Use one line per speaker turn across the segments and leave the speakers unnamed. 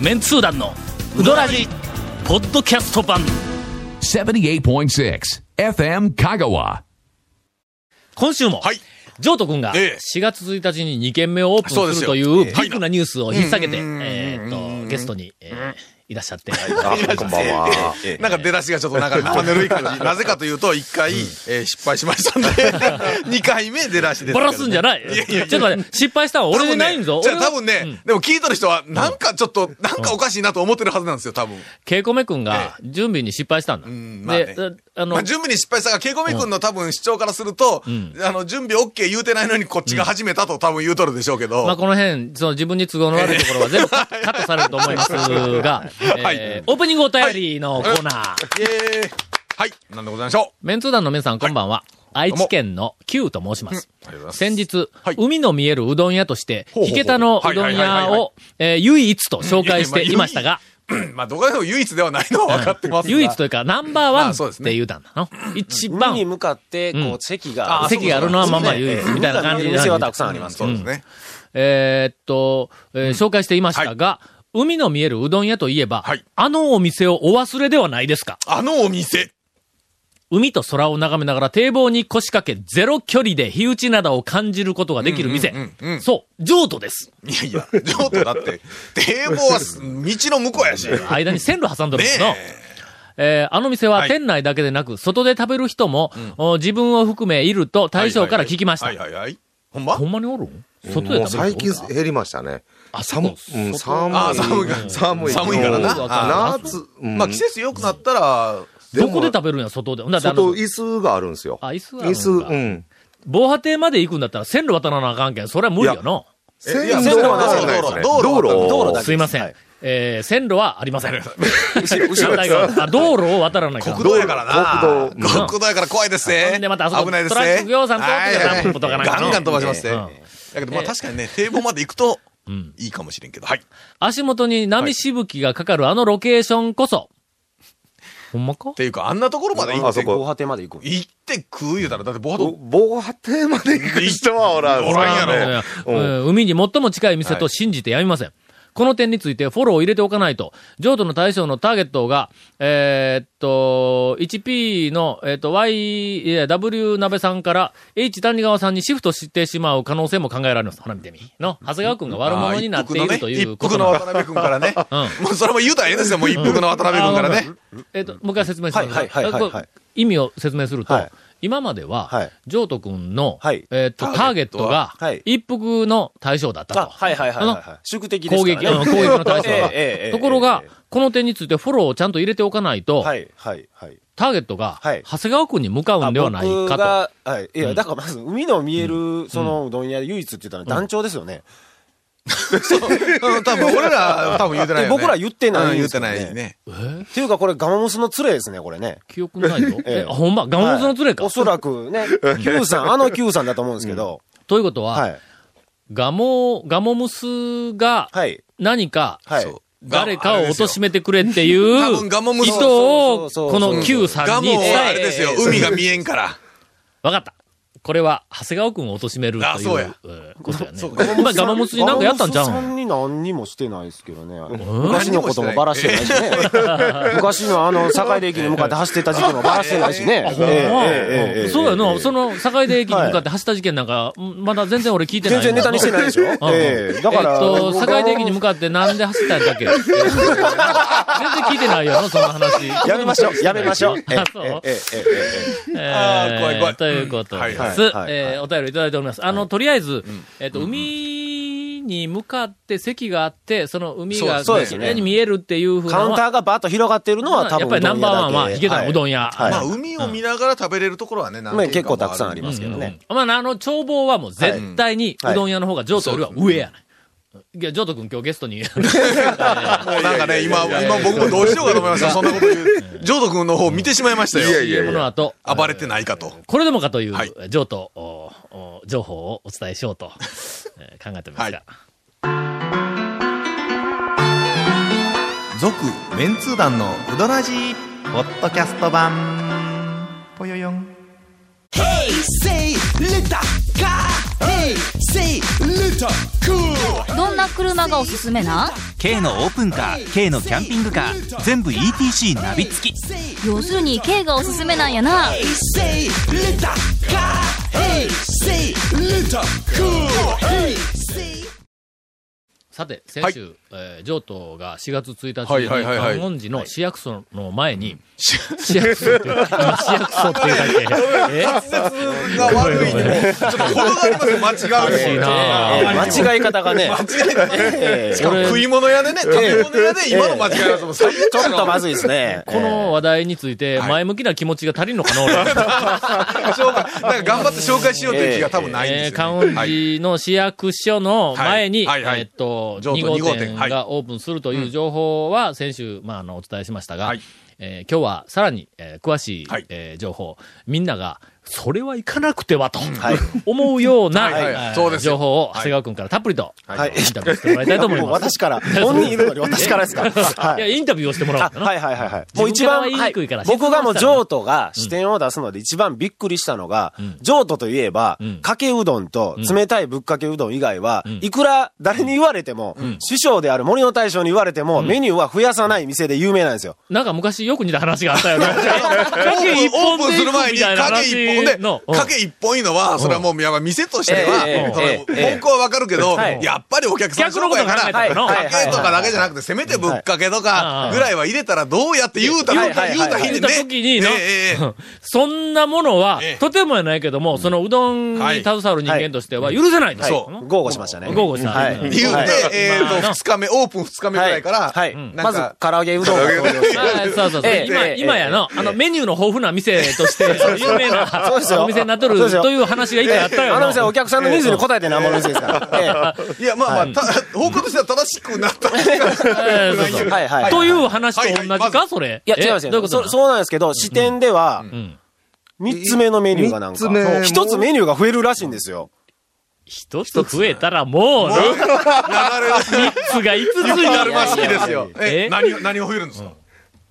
メンツー団のウドラジポッドキャスト版
78.6 FM Kagawa.
今週も、
はい
ジョート君が
ええ
4月1日に2件目をオープ
そう
ン
ですす
る
よ
という
ええ
ビッグなニュースを引っ提げて、えーっと、ゲストに、えーいらっしゃっ て。
あ、こんばんは。
なんか出だしがちょっとなんか生ぬるい感 じ。なぜかというと、一回、えー失敗しましたん で、二回目出だしですけど
バラ
ね。
すんじゃない
いやいやいや
ちょっと待って、失敗したのは俺でないんぞ。
じゃ
俺
あ
は
多分ね、でも聞いとる人は、なんかちょっと、なんかおかしいなと思ってるはずなんですよ、多分。
ケイコメ君が準備に失敗したんだ。
んまあね
で、ああの、
まあ、準備に失敗したが、ケイコメ君の多分主張からすると、あの、準備 OK 言うてないのにこっちが始めたと多分言うとるでしょうけど。
まあ、この辺、その自分に都合の悪いところは全部カットされると思いますが、
はい
えーオープニングお便りのコーナー。
イエーイはい、なんでございましょ
メンツー団の皆さんこんばんは。愛知県の Q と申します。
う。ありがとうござい
先日、
はい
海の見えるうどん屋として、
ほうほうほう
引けたのうどん
はいはいはい
屋
はい
を、えー唯一と紹介していましたが、
ます。まあ、どこでも唯一ではないのは分かってますが。
唯一というかナンバー
ま
ワン
あそう
っ
ですね
て言うたんだな。一
海に
番、
向かって、
う
こ
ん
う、席が、
あ
席があるのはまあまあ唯一みたいな感じで
で。店はたくさんありますけ
そ
ど。
うですね。
えーっと、えー紹介していましたが、海の見えるうどん屋といえば、
はい
あのお店をお忘れではないですか。
あのお店。
海と空を眺めながら堤防に腰掛けゼロ距離で火打ちなどを感じることができる店。そう、譲渡です。
いやいや、譲渡だって、堤防はす道の向こうやし。
間に線路挟んどるんですの。
ね
えーあの店は
はい
店内だけでなく、外で食べる人も、お自分を含めいると大将から聞きました。
はいはいはい。ほんま
ほんまにおるん外
も
で
う
食べる
最
人おる
近
んか
減りましたね。
あ、
寒
寒
う、ん、寒い。
あ寒いから
寒い。
寒いからな
もう夏、うん
まあ季節良くなったら、
どこで食べるんや、外で。ほんだってあの
外、椅子があるんですよ。
あ椅子があるん
椅
だ
子、うん。
防波堤まで行くんだったら線路渡らなあかんけん。それは無理よの。
えいや
線路はならないですね。
道路道路
道路
道
だ
路
け
すいません。
はい
えー線路はありません。
後ろです
あ道路を渡らないかん
国道やからな。
国道
うん
国道やから怖いです
ほ
ね。
んでまたあそこ
危ないです
トラッ
ね。
ク業者の通ってたら
はいはい
ポッとかなんかの
ガンガン飛ばしますね。
う
だ
ん
けどまあ
え
確かにね、堤防まで行くと
ん、
いいかもしれんけど。はい。
足元に波しぶきがかかるあのロケーションこそ。ほんまか
っていうか、あんなところまで行
あ
って
そ、
防
こ
波堤まで行く。
行って食う言うたら、だってボー
ぼ
ト、
防波堤まで行く人はおらん
おらんやろ
ね。
いやいやうん海に最も近い店と信じてやみません。この点についてフォローを入れておかないと、譲渡の対象のターゲットが、えーっと、1P の、えーっと、Y、いや W 鍋さんから H 谷川さんにシフトしてしまう可能性も考えられます。ほら見てみ。の、長谷川くんが悪者になっているというこ
一
と
服の
な
渡辺君からね。
う
もうそれも言うたらええですよ、もう一服の渡辺君からね。
えっと、もう一回説明します。
はいはいはいはいはい
これ意味を説明すると、
はい
今までは、
はい
ジョート君の、
はい
えっと、タ
タ
ーゲ
ーゲ
ッ
ッ
ト
ト
が
は、
はい
一服の対象だったと。
あ、はいはいはいはい
あ
はい。宿敵で
攻
す
撃、
か
う
ら
ん
ね。
攻撃の対象
ええ
だ
ええええ
ところが、この点についてフォローをちゃんと入れておかないと、
はいはいはい。
ターゲットが、
はい
長谷川君に向かうんではない
僕
か
が、はい。いや、だからまず、海の見える、その、うどん屋で唯一って言ったら団長ですよね。
うん多分俺ら、多分言うてないよね。
僕ら言ってない
うん
ん
言
で
う
す
て
よね
ないね。
っていうか、これ、ガマモスの連れですね、これね。
と。記憶ないよ。え
ええ
あ、ほんま、ガモスの連れか。
はいおそら くね、Q さん、あの Q さんだと思うんですけど、
ということは、
はい。
ガモ、ガモムスが、
はい。
何か、
はい。
そう
誰かを貶
め
めてくれってい
多
う
分ガモム
意
ス
図を、
そうそうそうそう
この Q さ
ガ
んに
モ
伝
はあれ
え、
ですよ、海が見えんから。
わかった。これは、長谷川君を貶めるという
あそうや
えーことやね。
そうか
お前ガマムスに何かやったんじゃ
ガマ
う
モス
ん
さんに何にもしてないですけどね。昔のこともばらしてないしね。 昔のあの、坂出駅に向かって走ってた事件もばらしてないしね。
あほんま
ええええええ
そうや
え
の、
え
その、境出駅に向かって走った事件なんか、まだ全然俺聞いてない。
全然ネタにしてない でしょ
うん
ええだから
えっと、境出駅に向かってなんで走ったんだっけ 全然聞いてないよの、その話。
やめま しょう、やめましょう。ええ
あそう
ええええ
あー怖い怖い
ということです。
はい
はいはい
えーお便りいただいております。あの、とりあえず、えっ、と、海に向かって席があって、その海が
そうですね
綺麗に見えるっていうふう
え
な
えカ
の
ウン
は。
ターがバーッと広がってるのは多分
やっぱりナンバーワンは、ヒゲダのうどん屋。
はい
まあ、海を見ながら食べれるところはね、何
まあ
軒
結
かも
構たくさんありますけどね。
まあ、あの、眺望はもう絶対に、
はいう
どん屋の方が上都よりは上やね。いや、上都君今日ゲストに。
もうなんかね、今、今僕もどうしようかと思いました。そんなこと言う。ジョード君の方見てしまいましたよ。
いやいや
この後、
暴れてないかと。
これでもかという
はい、
上都、おお情報をお伝えしよう と、えー考えておりますが。
はい続、メンツー団のうどらじ
ポッドキャスト版ぽよよん
Hey, say, let か Hey,
Say little cool
どんな車がおすすめなん
K のオープンカー K のキャンピングカー全部 ETC ナビ付き
要するに K がおすすめなんやな
Say little car Hey Say little cool Hey Say
さて、先週、えー上東が4月1日
は
に、
いはいはいはい
観音寺の市役所の前に、 市役所っていう、今市役所って言うだけ。え
が悪いにも、ちょっと程がありますよ、間違う
おかしい
にも。
なぁ
間違い方が ね。ええ
しかも食い物屋でね、食べ物屋で今の間違いだともう最悪
ちょっとまずいですね。
この話題について、前向きな気持ちが足りんのかな、俺。
紹介、なんか頑張って紹介しようという気が多分ないん
え
で
ー、
すよ、
観
ね。
音
はい
寺の市役所の前に、
はいはいはい
えーっと、
上
2
都
号
二号
店
店はい
がオープンするという情報は先週、まあ、あの、お伝えしましたが、
はい
えー今日はさらに、えー詳しい、
はい
えー情報、みんなが、それは行かなくてはと、
い
思うような、
はいはい
えー
そうですよ
情報を、
はい
長谷川くんからたっぷりと、
は
あ
い
のインタビューしてもらいたいと思い
もう
ます。
私から、本人いるのに私からですから。はい
いや、インタビューをしてもらお
あ
うかな。
はいはいはいはい。もう一番、
自分からは言いにくいから
はい僕がもう、
質問したらね
譲渡が視点を出すので一番びっくりしたのが、譲渡といえば、
ん
かけうどんと冷たいぶっかけうどん以外は、いくら誰に言われても、師匠である森の大将に言われても、メニューは増やさない店で有名なんですよ。
なんか昔よく似た話があったよね。影一
オープンオー
本
プン
です行
る前
くみ
に、
たいな
影一本
話
で
の。、うん
影一本いいのは、それはもう、やっぱ店として
ええええ
は、そ
ええええ
の方向はわかるけど、
はい
やっぱりお客さん
客のこと
や
考
から
え、たらの。
はいはい
かけとかだけじゃなくて、せめてぶっかけとかぐらいは入れたらどうやって言うたの
はいは
か、
いはい
言うた
言っ
日にね
た。時にの
ええええ
そんなものは
ええ、
とてもやないけども、そのうどんに
はい
携わる人間としては許せないと。
はい
そう。
豪語しましたね。
豪語した
はい。
うん
言う
はい
て、えーと、二日目、オープン二日目ぐらいから、
はい。
なんか
まず、唐揚げうどんが登場して。
あそうそうそう。
ええ
今、
ええ
今やの、あの、メニューの豊富な店と して、有名な
そうですよ
お店になっとる
そうですよ
という話が一回あったよ
あの店は
な。
お客さんのニーズに応えてなんぼの店で すから。ええ
いや、まあまあ、た報告したら正しくなった気がする。
ええそうそう
はいはい。
という話と同
はいは
じ
いま
か、それ。
いや、違い
え
ます
どういう
よ。
ことな
そ
の
そうなんですけど、視点では、
ん
三つ目のメニューがなんか
三つ目も、
一つメニューが増えるらしいんですよ。
一つ増えたらもうな、三つが五つにな
だ
る
る
わ
ま式ですよ。
え
え、何を、何を増えるんですか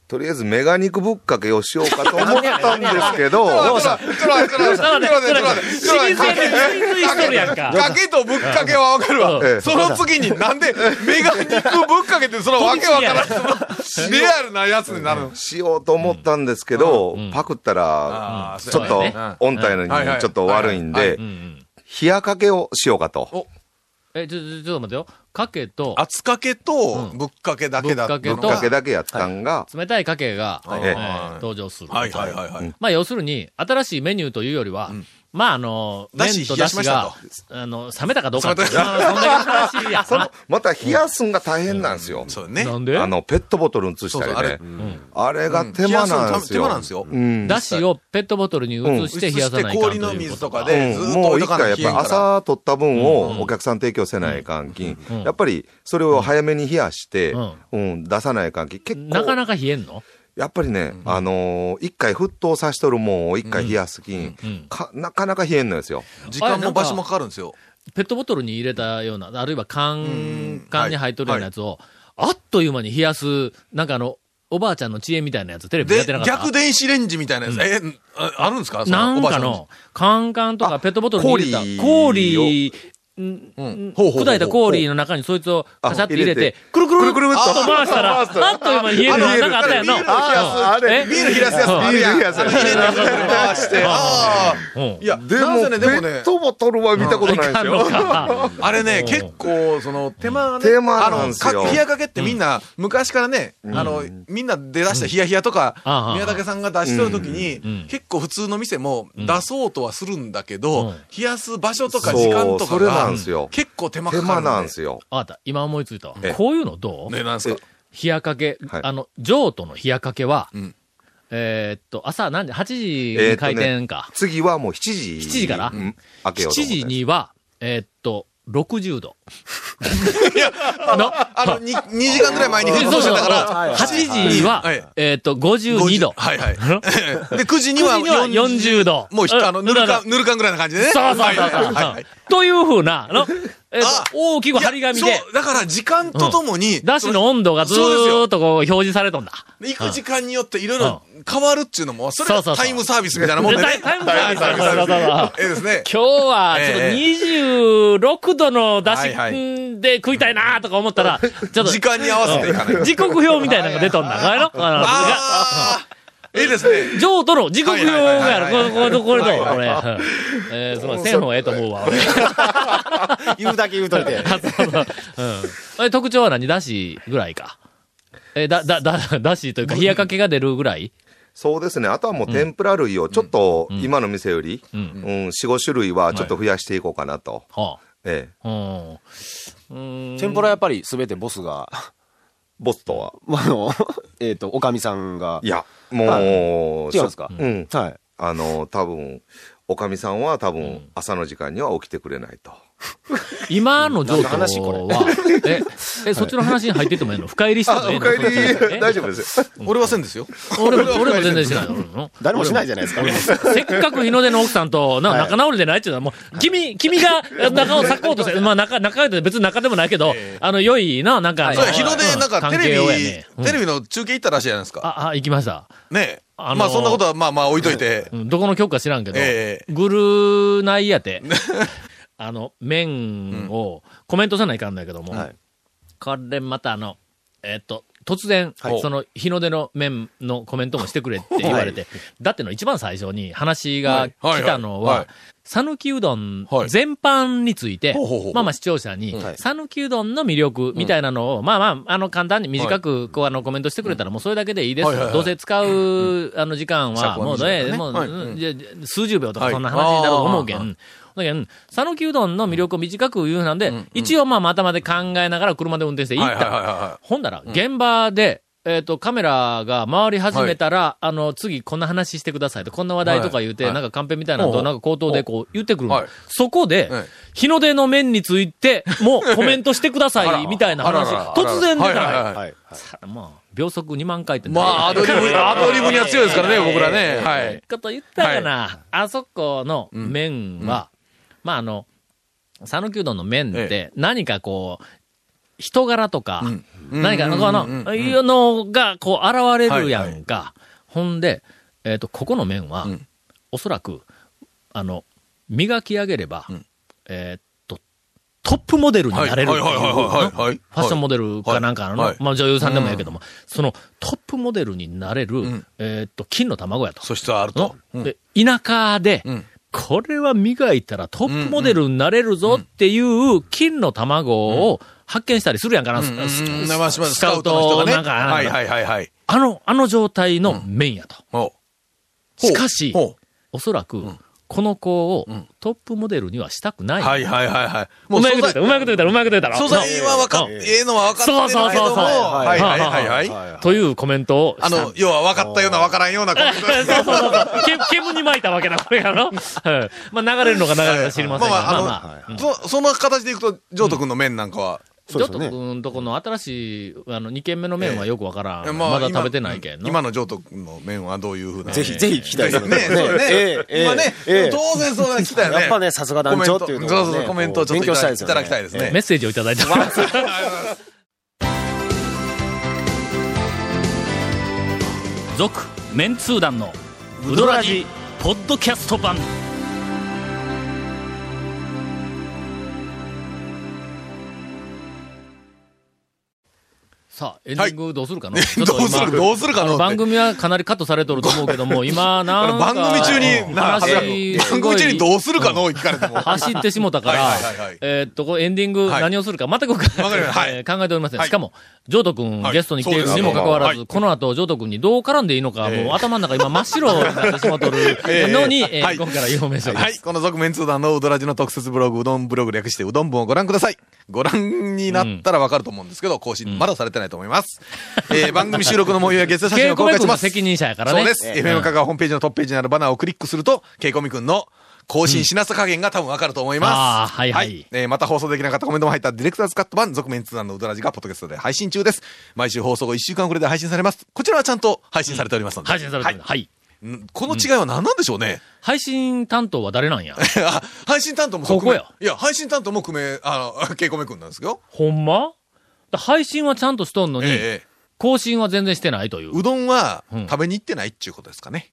とりあえずメガ肉ぶっかけをしようかと思ったんですけ ど、
ちょっと待ってちょっと待ってちょっと待ってちょっ
シリーズやでシリーズ
と待ってちょっと待ってちょっと待ってちょっと待って
してるやんか。
かけとぶっかけはわかるわ。
ええ
その次になんで、メガ肉ぶっかけってそのわけわからん、そのリアルなやつになるの。
しようと思ったんですけど、パクったら
あ、ー
ちょっ
そう
と
やね、
音体の
はいはい
ちょっと悪いん
はいは
で
い、
冷やかけをしようかと。
え、ちょ、ちょ、ちょっと待ってよ。かけと、
厚かけとぶっかけだけだったの
ぶっ
ぶっか
が
けだけやったんが、
冷たいかけが、え
い
ー登場する。
はいはいはいはい。
まあ、要するに、新しいメニューというよりは、まあ、あの、
だし
麺と
冷
出
やし
汁
ました
が
と、
あの、冷めたかどうかって
冷
いう。そんな話 や。
そのまた冷やすんが大変なんですよ。
そうね。
な
そ
ん
う
で
あの、ペットボトルに移し
そう、
たり
あれ
ね。。あれが手間なんですよ。
冷やすの手間なんですよ
うん
だしをペットボトルに移して冷やさないかんということ
移して氷の水とかで
うんもう一回やっぱ朝取った分をお客さん提供せない換金、やっぱりそれを早めに冷やして、
うん
うん出さない換金、結構、
なかなか冷えんの
やっぱりね、あのー一回沸騰さしとるもんを一回冷やす金、かなかなか冷えんのですよ。
時間も場所もかかるんですよ。
ペットボトルに入れたような、あるいは缶
ん、
缶に入っとるようなやつを、あっという間に冷やす、なんかあの、おばあちゃんの知恵みたいなやつテレビでや
で
ってな、かった。
逆電子レンジみたいなやつ。え、ああるんですかそ
なん
おばあ
か
ちゃ
の、カンカンとかペットボトルに入れた
氷
氷、
うんほうほうほうほう
砕いた氷の中にそいつをカシャって入れて、くるくるくるっと回したら、あっという間に冷えるのなんかあったやんの。
あ
うんえ
ビール冷やすやつあるやん。
ビール冷やすやつ
あの入れて回して。あ
う
あ。
ん
いや、
で
な
も、
んせね、でも
ペ
ね
ッ、トボトルは見たことないんですよ。
か
あれね
う、ん
結構、その、手間ね。
手間なんですよ
あのか冷やかけってみんな、昔からね、あの、みんなで出したヒヤヒヤと
あ
か
あ、
宮武さんが出しとるとき
うんうん
に、結構普通の店も出そうとはするんだけど、
うん
冷やす場所とか
そう
時間とか
それな
が
んですよ、
結構手間
手
かか
間
る。
なんです
よ。
よ。
わかった。今思いついたわ
ええ。
こういうのどう
ね、なんすか。
冷やかけ、
はい
あの、譲渡の冷やかけは
うん、
えーっと、朝何時 ?8 時
え
に
ーとね
開店か。
次はもう7時。
7時から
うん開け
7
ようと思って
時には、えーっと、60度。の
あの、に2時間ぐらい前に
そう
沸騰して
そう
たか
は
ら、
いはい
8時は
はい、
えーっと、52
50
度。
はいはい。 で、9時に
9
は
時には40度
もうひ、あの、
うん
ぬる
だ
か
か、
ぬるかんぐらいな感じで ね。
そうそうそうそう
はいはいはいはい。
というふうな、の、えっと
あ
大きく張り紙で、
そうだから時間とともに、
だしの温度がず
そうです
ー
よ
っとこう表示されとんだ。
行く時間によっていろいろ変わるっていうのも、それ
そう
が
そうそう
タイムサービスみたいなもんでね。
タイタイムサービス
タイムサービス
そうそう
ええですね。
今日は、ちょっと
え
26度の出
はいはい
汁で食いたいなーとか思ったら、ちょっと、
時間に合わせていかない。
時刻表みたいなのが出とんだ。あのあ
ああ、いいですね。
の、譲渡の時刻表があ
はいはいは
る。
い
これ、これ、これと、
はい
これ。うんえー、その、線のええと思うわ、俺。
言うだけ言うと いて。
うんえ特徴は何だしぐらいか。え、だ、だ、だ、だしというか、冷やかけが出るぐらい
そうですね。あとはもう天ぷら類をちょっと今の店より、うん、4、5種類はちょっと増やしていこうかなと。
は
ええ。
あ。うん。
天ぷらやっぱりすべてボスが、
ボスとは。
あ の、えっと、おかみさんが。
いや、もう、
違うんですか
うん。
はい。
あの、多分、おかみさんは多分、朝の時間には起きてくれないと。
今の譲渡
なんか話これ
は、え、え、そっちの話に入っててもいいの深入りして
あ、
もいい
お
の
帰り、大
え
丈夫ですよ。
俺はせんですよ。
俺も、俺も全然しない。うん
誰もしないじゃないですか。
せっかく日の出の奥さんと、な、
はい
仲直りでないっていうのは、もう、君、君が仲を裂こうとして、まあ、仲、仲良いって別に仲でもないけど、あの、良いな、なんか、
そうや日の出、なんかテレビ、
関係をやねうん
テレビの中継行ったらしいじゃないですか。
あ、あ、行きました。
ねえ。
あのー
まあそんなことはまあまあ置いといて。
うんどこの局か知らんけど、
ええ
ぐるないや て、あの、麺をコメントせないかんだけども、
はい
これまたあの、えっと、突然、
はい
その日の出の麺のコメントもしてくれって言われて、だっての一番最初に話が
はい
来たの
はいは、
はい讃岐うどん
はい
全般について
ほうほうほ、う
まあまあ視聴者に
はい、
讃岐うどんの魅力みたいなのを、まあまあ、あの簡単に短くこうあのコメントしてくれたらもうそれだけでいいです
はいはい
よ。
はい
どうせ使うあの時間は、
尺は
もう
短いから
ね、
ね
もう
はい
うん
うん
じゃじゃ数十秒とか
はい
そんな話だろうと思うけ
あー
ん。だけど、讃岐うどんの魅力を短く言うなんで、一応まあまあ頭で考えながら車で運転して行った。
はいはいはいは
ほんだら、現場で、えっ、と、カメラが回り始めたら、あの、次こんな話してくださいと、こんな話題とか言うて、
はい
なんかカンペみたいなの
ほ
と、
う
なんか口頭でこう言ってくるの
はい
そこで、
はい
日の出の面について、も うコメントしてくだ
あ
さい、
ら
みたいな話
あらあら、あら
突然出たら、
はいはいはい
はい。
まあ、秒速2万回って。
まあ アドリブアドリブには強いですからね僕らねはい
こと言ったかな。あそこの麺は、まああの、讃岐うどんの麺って何かこう、人柄とか、何か、この、いうのがこう現れるやんか。ほんで、えっと、ここの麺は、おそらく、あの、磨き上げれば、えっと、トップモデルになれるっていう
はいはいはいはいはいはい
ファッションモデルかなんかの、
はいはい
まあ女優さんでもやけども、そのトップモデルになれる、えーっと、金の卵やと。
素質はあると
の。で田舎で、これは磨いたらトップモデルになれるぞっていう金の卵を発見したりするやんかな。す
うん
す
まあスカウトの人がね。
スカウトなんか
はいはいはいはい。
あの、あの状態の麺やと。
ほう
しかし
ほ
おそらく、この子をトップモデルにはしたくな
う
い。
はいはいはいはい。
うまいこ
素
と言っ
材
た、うまいこと言ったら、うまいこと言ったら。
素材は分かっ
うん
ええのは分かってるけ
そうそうそう
ども。
そう
はいはいはいはい。
というコメントをした
あの、要は分かったような分からんようなコメント
そう
です
そうそうそう。け煙に巻いたわけな、こ れやろ。うんまあ流れる のか流れるのか知りませんが。まあまあ。
あの、そその形でいくと、ジョート君の面なんかは、
ちょっと君とこの新しい、あの、2軒目の麺はよくわからん。
あ
まだ
今
食べてないけんの。
今のジョート君の面はどういうふうな。
ぜひ、ぜひ聞きたいです
ねそうね
ええ、
今ね、
ええ
当然そうだ、来たよね。
やっぱねさすが団長っていうのがね
コメントそうそう、コメントをちょっと
勉強したい
い
ですよね
ただきたいですね。
メッセージをいただいて おります。
続メンツー団のウドラジポッドキャスト版
さあ、エンディングどうするかな、ち
ど
ょっと
うす
今
るどうするかの
番組はかなりカットされとると思うけど も、今、なんか。
番組中
う
に、
ん
な
話
番組中にどうするかのを聞か れても。
走ってしもたから、
はいはいはいはい
えーっと、こうエンディング
はい
何をするか全く考えて、
わかりましたはい
えー考えておりません。
はい
しかも、ジョート君、
はい
ゲストに来ているにもかかわらず、
そうです
こ
よ
の後、ジョート君にどう絡んでいいのか、
ええ
もう頭の中今真っ白になってしまっとる
ええ
のに、えー
はい
今回から有名です。
はい。この続面通談のうどらじの特設ブログ、うどんブログ略してうどん文をご覧ください。ご覧になったらわかると思うんですけど、更新まだされてないと思い ます。えー番組収録の模様やゲスト写真
稽
を公
古目君
開しま
が
す。
責任者やからね。
そうです。FM 香川ホームページのトップページにあるバナーをクリックすると、ケイコミ君の更新しなさ加減が多分わかると思います。
ああはいはい
えーまた放送できなかったコメントも入ったディレクターズカット版、続面通談のうどらじがポッドキャストで配信中です。毎週放送後1週間遅れで配信されます。こちらはちゃんと配信されておりますので。
配信されてるんだ。
はい
はい。
んこの違いは何なんでしょう ね。
配信担当は誰なんや
あ配信担当もそう
ここよ
久米いや、配信担当も久米、あの、ケイコメ君なんですよ。
ほんまだ配信はちゃんとしとんのに、
ええ。
更新は全然してないという。
うどんは
うん
食べに行ってないっていうことですかね。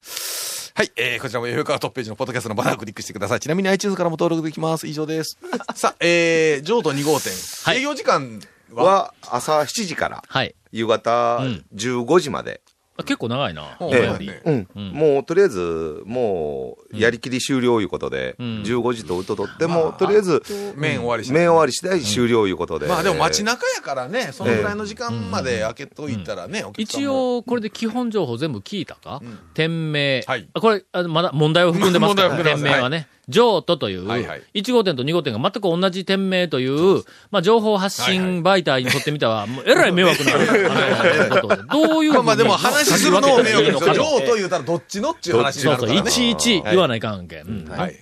はい、えー、こちらも余カ川トップページのポッドキャストのバナーをクリックしてください。ちなみに iTunes からも登録できます。以 上です。さあ、えー、譲渡2号店。
はい
営業時間は、
は朝7時から
はい。
夕方
うん
15時まで。
あ結構長いな。
ほう
今よ
え
り
え
うん
うん
もうとりあえず、もうやりきり終了いうことで、
うん
15時とうととって、もうとりあえず、
麺終わりして。
面終わり次第終了いうことで。
まあでも街中やからね、そのぐらいの時間まで開けといたらね、お客さん
一
も
応、これで基本情報全部聞いたか、
ん
店名。
はい
あこれ、あまだ問題を含んでますから、
問題を含んでま
店
す
名はね。譲渡という、
はいはい
1号店と2号店が全く同じ店名という、まあ、情報発信媒体にとってみたら、もうえらい迷惑 なあのことでどういうふうに
まあまあでも話するのを迷惑にす
どう
る。譲渡言うたらどっちのっていう話に
そ
な
う
る
そ
か
う、
ら
い
ね。
ちいち言わないかんけん。うん
はい。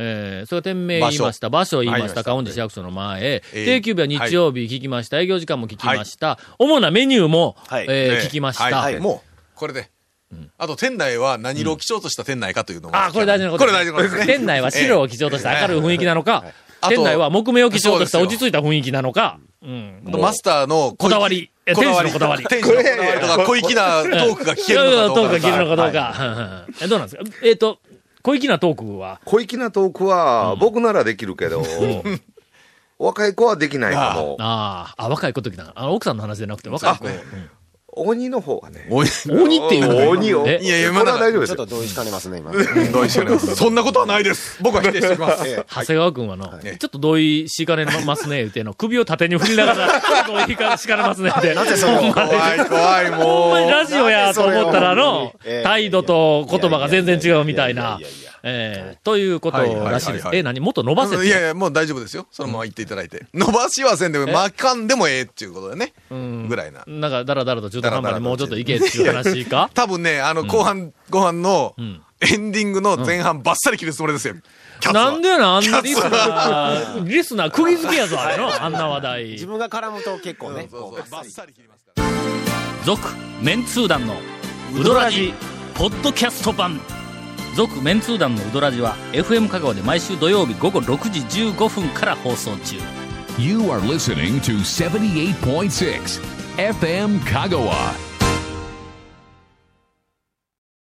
えー、それは店名言いました、場所言いました、
はい
カウンテ市役所の前、
えー
定休日は日曜日聞きました、営業時間も聞きました、主なメニューも、
はい
えー
ええ
聞きました。
はいはいもう、これで。あと、店内は何色を基調とした店内かというのも。
ああ、これ大事なこと。
これ大事なことですね。
店内は白を基調とした明るい雰囲気なのか、
あと
店内は木目を基調とした
そう
落
で
ち
す
着いた雰囲気なのか、
あとマスターの
こだわりえ
小粋
店主のこだわり
店主のこだわりとか、小粋なトークが聞けるのかどうか。
トークが切るのかどうか。 えどうなんですかえっと、小粋なトークは、
小粋なトークは、僕ならでき るけど、若い子はできないかも。
ああ、あ若い子時だな。あ奥さんの話じゃなくて若い子。
鬼の方がね。
おい
鬼っていうの
鬼を。
え
いやいや、
こ
ま
れ
だ
は大丈夫で
ち
す
ょっ
よ
と。同意しかねますね、今。
どう一緒にそんなことはないです。僕は否定しておきます。
ええ
長谷川君はの、ちょっと同意しかねますね、言うての、首を縦に振りながら、同意しかねますね、って。
なぜそれを
ほんまに
怖い怖い、
ほんまに
もう。
ラジオやと思ったらの
ええいやいやいや、
態度と言葉が全然違うみたいない
やいやいやいや。
ええということらしいです
はいはいはいは。い
え、何もっと伸ばせっ
いやい
て。
や、もう大丈夫ですよ。そのまま言っていただいて。伸ばしはせんでも、巻かんでもええっていうことでね。ぐらいな。
なんか、だらだらと中途半端にもうちょっといけっていう話 か
多分ね、あの、後半、後半の
ん、
エンディングの前半、ばっさり切るつもりですよ。キャッツは
なんでやな、あんなリス
キ
ナー、リスナー釘付けやぞ、あれの、あんな話題
自。分が絡むと結構ね、
そうそ
こ
う
う
そうばっさり切りますから。
続メンツー団のウドラジポッドキャスト版続メンツー団のウドラジは FM 香川で毎週土曜日午後6時15分から放送中
You are listening to 78.6 FM Kagawa.